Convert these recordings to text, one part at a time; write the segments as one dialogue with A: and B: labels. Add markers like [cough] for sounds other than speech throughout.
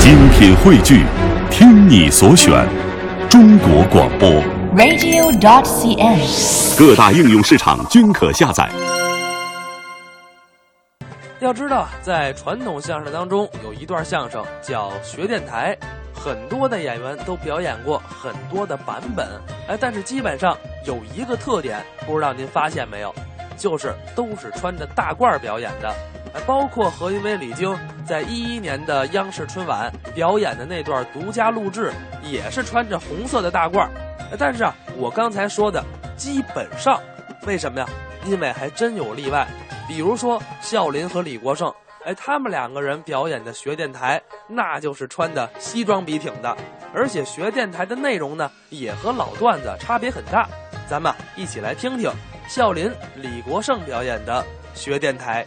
A: 精品汇聚，听你所选，中国广播。
B: radio.cn。
A: 各大应用市场均可下载。
C: 要知道，在传统相声当中，有一段相声叫学电台，很多的演员都表演过很多的版本，哎，但是基本上有一个特点，不知道您发现没有，就是都是穿着大褂儿表演的，哎，包括何云伟、李菁在一一年的央视春晚表演的那段独家录制，也是穿着红色的大褂儿，哎但是啊，我刚才说的基本上，为什么呀？因为还真有例外，比如说笑林和李国盛，哎，他们两个人表演的学电台，那就是穿的西装笔挺的，而且学电台的内容呢，也和老段子差别很大。咱们啊一起来听听笑林、李国盛表演的学电台。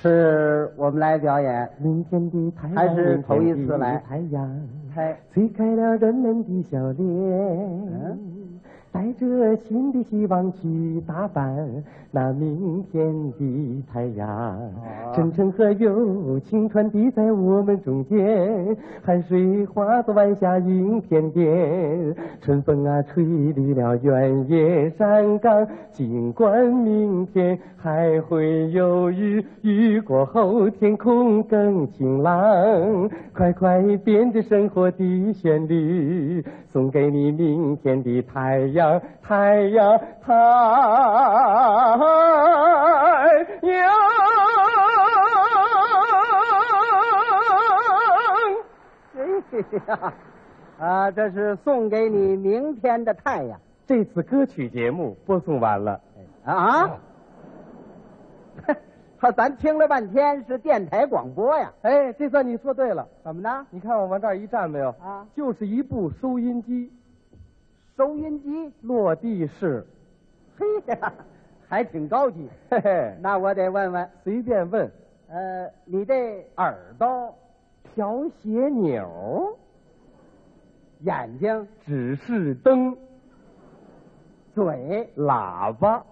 D: 是我们来表演，
E: 明天的太阳，
D: 还是
E: 明天
D: 头一次来
E: 的太阳，
D: 嗨，
E: 吹开了人们的笑脸，带着新的希望去打扮那明天的太阳。
D: 哦
E: 真诚和友情传递在我们中间，汗水化作晚霞映天边。春风啊，吹绿了原野山岗，尽管明天还会有雨，雨过后天空更晴朗。快快编着生活的旋律，送给你明天的太阳，太阳，太阳。
D: 啊，这是送给你明天的太阳
E: 这次歌曲节目播送完了，
D: 啊！ [laughs] 哈，咱听了半天是电台广播呀？
E: 哎，这算你说对了。
D: 怎么呢？
E: 你看我往这儿一站没有？
D: 啊，
E: 就是一部收音机，
D: 收音机？
E: 落地式，
D: 嘿呀， [laughs] 还挺高级。
E: 嘿嘿，
D: [laughs] 那我得问问，
E: 随便问，
D: 呃，你这耳朵、
E: 调谐钮、
D: 眼睛、
E: 指示灯、
D: 嘴，
E: 喇叭，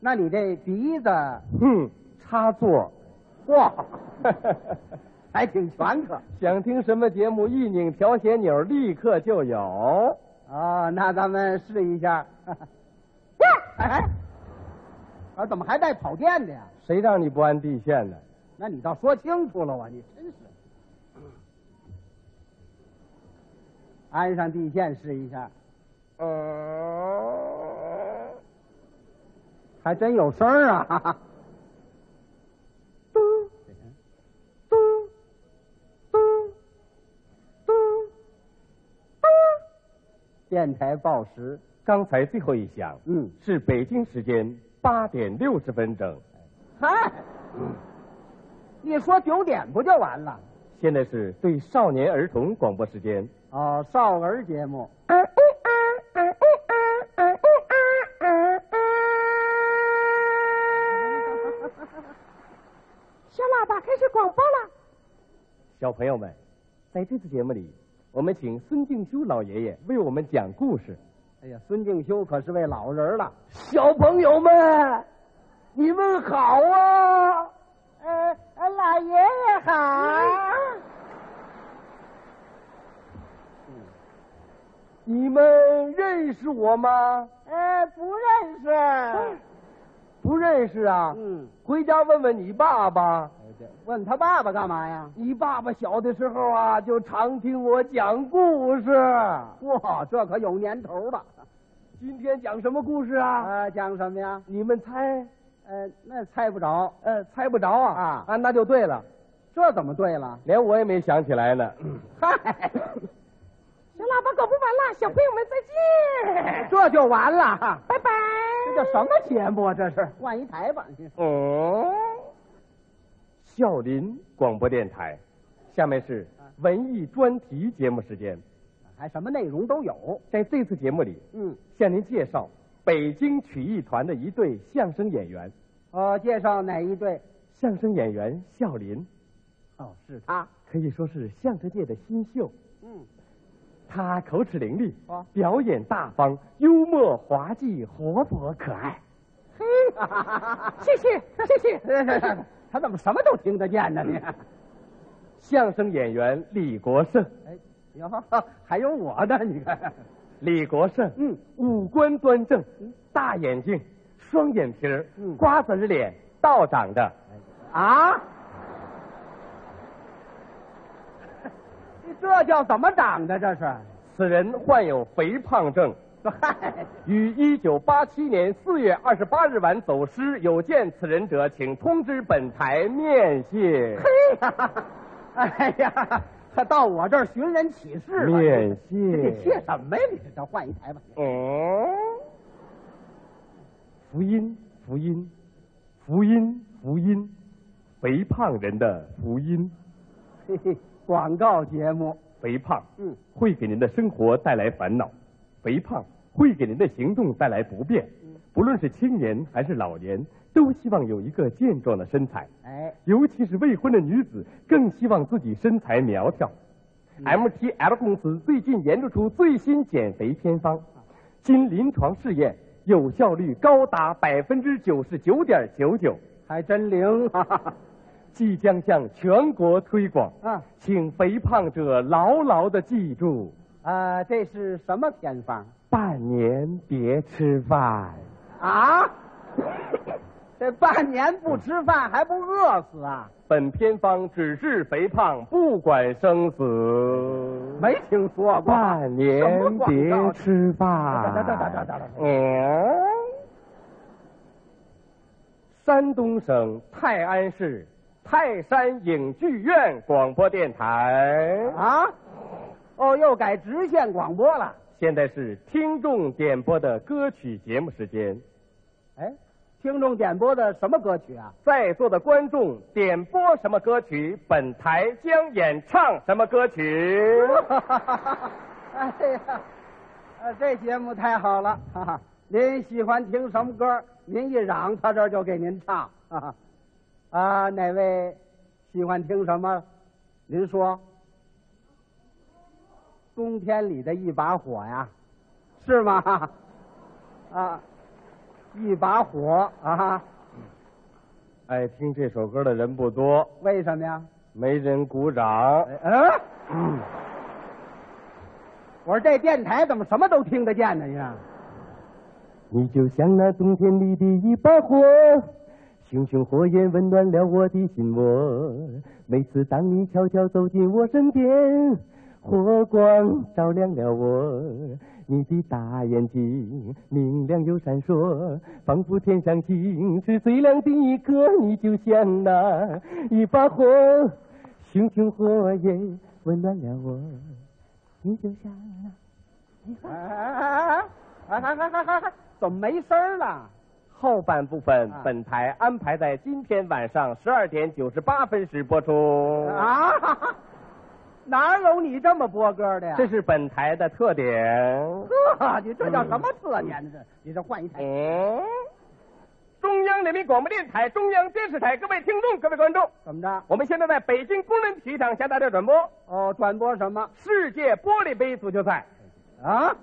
D: 那你这鼻子，
E: 哼，插座，
D: [laughs] 哇，还挺全可。
E: 想听什么节目，一拧调谐钮，立刻就有。
D: 哦，那咱们试一 [laughs] 下。哎，啊，怎么还带跑电的呀？
E: 谁让你不按地线的？
D: 那你倒说清楚了啊，你真是。安上地线试一下，还真有声儿啊！嘟嘟嘟嘟嘟，电台报时，
E: 刚才最后一响，
D: 嗯，
E: 是北京时间八点六十分整，
D: 嗨，嗯你说九点不就完了？
E: 现在是对少年儿童广播时间。
D: 哦，少儿节目。
F: 小喇叭开始广播了，
E: 小朋友们，在这次节目里，我们请孙敬修老爷爷为我们讲故事。
D: 哎呀，孙敬修可是位老人了。
E: 小朋友们，你们好啊！
F: 呃，呃老爷爷好。
E: 你们认识我吗？
D: 哎
E: 哎
F: 呃，不认识。
E: 不认识啊。
D: 嗯，哎
E: 回家问问你爸爸，
D: 问他爸爸干嘛呀？
E: 你爸爸小的时候啊，就常听我讲故事。
D: 哇，这可有年头了。
E: 今天讲什么故事啊？
D: 啊，讲什么呀？
E: 你们猜？
D: 呃，那猜不着，
E: 呃，猜不着啊。
D: 啊
E: 啊，那就对了，
D: 这怎么对了？
E: 连我也没想起来呢。
D: 嗨，
F: 小喇叭广播完了，小朋友们再见，
D: [laughs] 这就完了。
F: 拜拜。
D: 这叫什么节目啊？这是换一台吧？你
E: 哦，孝林广播电台，下面是文艺专题节目时间。
D: 还什么内容都有。
E: 在这次节目里，
D: 嗯，
E: 向您介绍北京曲艺团的一对相声演员，
D: 哦，介绍哪一对？
E: 相声演员孝林，
D: 哦，是他。
E: 可以说是相声界的新秀。
D: 嗯，
E: 他口齿伶俐，
D: 哦
E: 表演大方，幽默滑稽，活泼可爱。
D: 嘿，
F: 谢谢谢谢。
D: [laughs] 他怎么什么都听得见呢？你
E: 相声演员李国盛，
D: 哎，哟，还有我呢，你看，
E: 李国盛，
D: 嗯，
E: 五官端正，大眼睛，双眼皮儿
D: 嗯，
E: 瓜子儿脸，倒长的，
D: 啊， [laughs] 这叫怎么长的？这是， [laughs]
E: 此人患有肥胖症，
D: 嗨，
E: 于一九八七年四月二十八日晚走失，有见此人者，请通知本台，面谢。
D: 哎呀，还到我这儿寻人启事了，
E: 面谢
D: 你谢什么呀？你这换一台吧。
E: 嗯，福音，福音，福音，福音，肥胖人的福音。
D: 嘿嘿，广告节目，
E: 肥胖，
D: 嗯，
E: 会给您的生活带来烦恼；肥胖会给您的行动带来不便。不论是青年还是老年，都希望有一个健壮的身材。
D: 哎，
E: 尤其是未婚的女子，更希望自己身材苗条。MTL 公司最近研制出最新减肥偏方，经临床试验，有效率高达百分之九十九点九九，
D: 还真灵， [laughs] 哈哈哈
E: 即将向全国推广。
D: 啊
E: 请肥胖者牢牢的记住，
D: 啊，这是什么偏方
E: 半年别吃饭。
D: 啊？这半年不吃饭还不饿死啊？
E: 本偏方只治肥胖，不管生死。
D: 没听说过。
E: 半
D: 什
E: 年
D: 么广告
E: 别吃饭
D: 哒哒哒哒哒哒。
E: 嗯，山东省泰安市泰山影剧院广播电台，
D: 啊？哦，又改直线广播了。
E: 现在是听众点播的歌曲节目时间。
D: 哎，听众点播的什么歌曲啊？
E: 在座的观众点播什么歌曲，本台将演唱什么
D: [laughs]
E: 歌曲。
D: 哎呀，呃，这节目太好了， [laughs] 哈哈！您喜欢听什么歌，您一嚷，他这儿就给您唱， [laughs] 哈哈。啊，哪位喜欢听什么？您说，冬天里的一把火呀，是吗？ [laughs] 啊，一把火啊，
E: 爱听这首歌的人不多，
D: 为什么呀？
E: 没人鼓掌。
D: 嗯，我说这电台怎么什么都听得见呢？你啊看，
G: 你就像那冬天里的一把火，熊熊火焰温暖了我的心窝。每次当你悄悄走进我身边，火光照亮了我，你的大眼睛明亮又闪烁，仿佛天上星是最亮的一颗。你就像那一把火，熊熊火焰温暖了我，你就像那。
D: 哎哎哎哎哎哎哎哎，怎么没声儿了？
E: 后半部分
D: 啊
E: 本台安排在今天晚上十二点九十八分时播出。
D: 啊，哪有你这么播歌的呀？
E: 这是本台的特点。
D: 呵，你这叫什么啊特点呢？这你这换一台。
E: 嗯，中央人民广播电台、中央电视台，各位听众、各位观众，
D: 怎么着？
E: 我们现在在北京工人体育场向大家转播
D: 哦，转播什么
E: 世界玻璃杯足球赛。
D: 啊？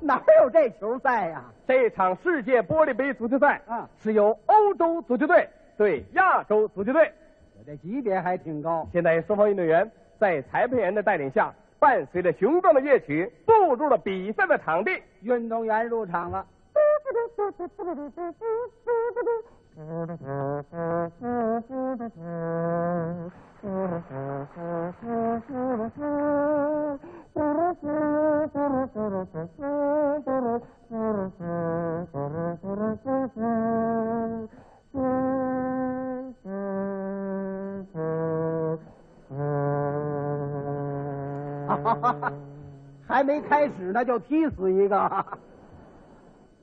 D: 哪有这球赛呀？
E: 这场世界玻璃杯足球赛
D: 啊
E: 是由欧洲足球队对亚洲足球队，
D: 我这级别还挺高。
E: 现在双方运动员在裁判员的带领下，伴随着雄壮的乐曲，步入了比赛的场地。
D: 运动员入场了。 [laughs] 还没开始呢，就踢死一个。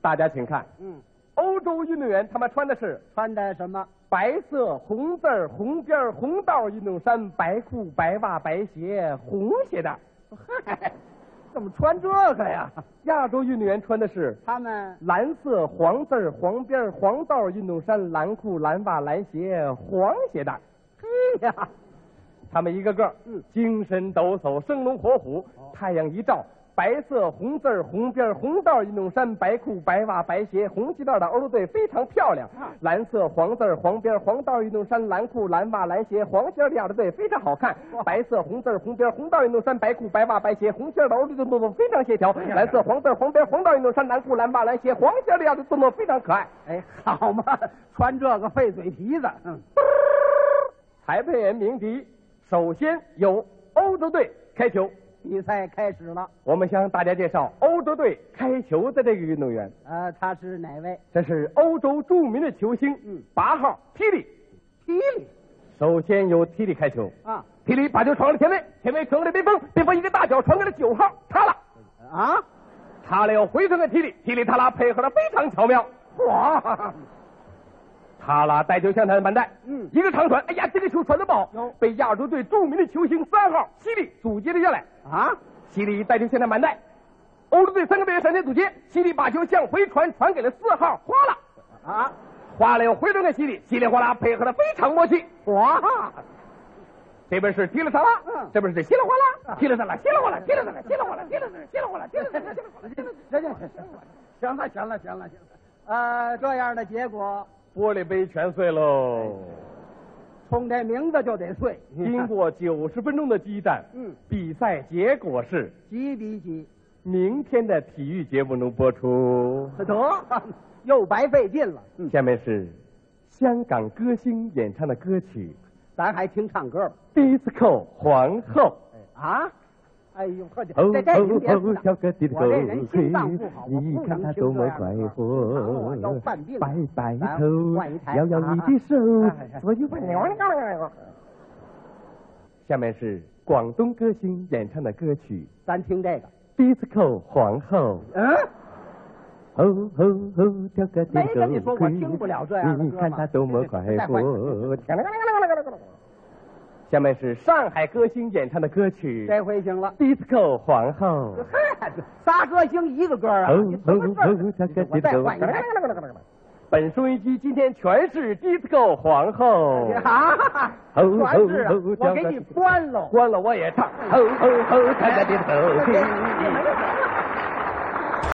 E: 大家请看，
D: 嗯，
E: 欧洲运动员他们穿的是
D: 穿的什么？
E: 白色红字儿红边儿红道运动衫、白裤、白袜、白鞋、红鞋带。
D: 嗨，怎么穿这个呀？
E: 亚洲运动员穿的是
D: 他们
E: 蓝色黄字儿黄边儿黄道运动衫、蓝裤、蓝袜、蓝鞋、黄鞋带。
D: 嘿呀，
E: 他们一个个，
D: 嗯
E: 精神抖擞，生龙活虎。太阳一照，白色红字儿红边儿红道运动衫，白裤白袜白鞋，红气道的欧洲队非常漂亮。蓝色黄字儿黄边儿黄道运动衫，蓝裤蓝袜蓝鞋，黄星儿的亚洲队非常好看。白色红字儿红边儿红道运动衫，白裤白袜白鞋，红星儿的欧洲队动作非常协调。蓝色黄字儿黄边儿黄道运动衫，蓝裤蓝袜蓝鞋，黄星儿的亚洲队动作非常可爱。
D: 哎，好嘛，穿这个费嘴皮子。嗯，
E: 裁判员鸣笛，首先由欧洲队开球。
D: 比赛开始了。
E: 我们向大家介绍欧洲队开球的这个运动员，
D: 呃，他是哪位？
E: 这是欧洲著名的球星，
D: 嗯
E: 八号踢里。
D: 霹雳
E: 首先由踢里开球，
D: 啊
E: 踢里把球传给了前卫，前卫传给了边锋，边锋一个大脚传给了九号塔拉，
D: 啊！
E: 塔拉又回传给踢里，踢里塔拉配合的非常巧妙。
D: 嚯！
E: 塔拉带球向他的板带，
D: 嗯
E: 一个长传，哎呀，这个球传的不好
D: 哟，
E: 被亚洲队著名的球星三号西利阻截了下来。
D: [laughs] 啊！
E: 西利带球向他满带，欧洲队三个队员闪电阻截，西利把球向回传，传给了四号花了，
D: 啊！
E: 花了又回传给西利，西利花啦配合的非常默契。
D: 嚯！
E: 这边是踢了萨拉，
D: 嗯
E: 这边是稀里哗啦，踢了萨拉，稀里哗啦，踢了萨拉，稀里哗啦，踢了萨拉，稀里哗啦，踢了萨拉，稀里哗啦，踢了萨
D: 行行行行了行了行了行了，呃，这样的结果
E: 拉。玻璃杯全碎喽。
D: 冲这名字就得碎。[laughs]
E: 经过九十分钟的激战，
D: 嗯，
E: 比赛结果是
D: 几比几？
E: 明天的体育节目中播出。
D: 得， [laughs] 又白费劲了。嗯，
E: 下面是香港歌星演唱的歌曲
D: 咱还听唱歌吧？
E: 《Disco 皇后
D: 啊？哎呦，喝酒！》。
G: 哦
D: 这这您别
G: 哦
D: 鼓
G: 哦，小
D: 掌
G: 哥的
D: 我这人心脏不好，我
G: 你
D: 不
G: 看
D: 能
G: 他
D: 听
G: 多么
D: 这样
G: 快
D: 的
G: 活
D: 歌，啊要犯病。啊
G: 摆摆
D: 咱
G: 头
D: 换一，台
G: 摇摇你的手
D: 啊哎哎，
G: 左右摆扭。
E: 下面是广东歌星演唱的歌曲
D: 咱听这个。
E: 《Disco 皇后哦
D: 嗯，
G: 吼吼吼，跳个
D: 没
G: 天
D: 跟你说我听不了这样的歌嘛
G: 你看他多么快
D: [laughs] 再换
G: 活。》。
E: 下面是上海歌星演唱的歌曲
D: 这回行了。
E: 《Disco 皇后》。
D: 嗨，仨歌星一个歌
G: 哦
D: 啊！你什么事儿？我再换一台。
E: 本收音机今天全是 Disco 皇后。
D: 啊，全是
G: 哦
D: 啊！我给你关喽。哎
E: 关了我也唱，吼吼吼，看看的头。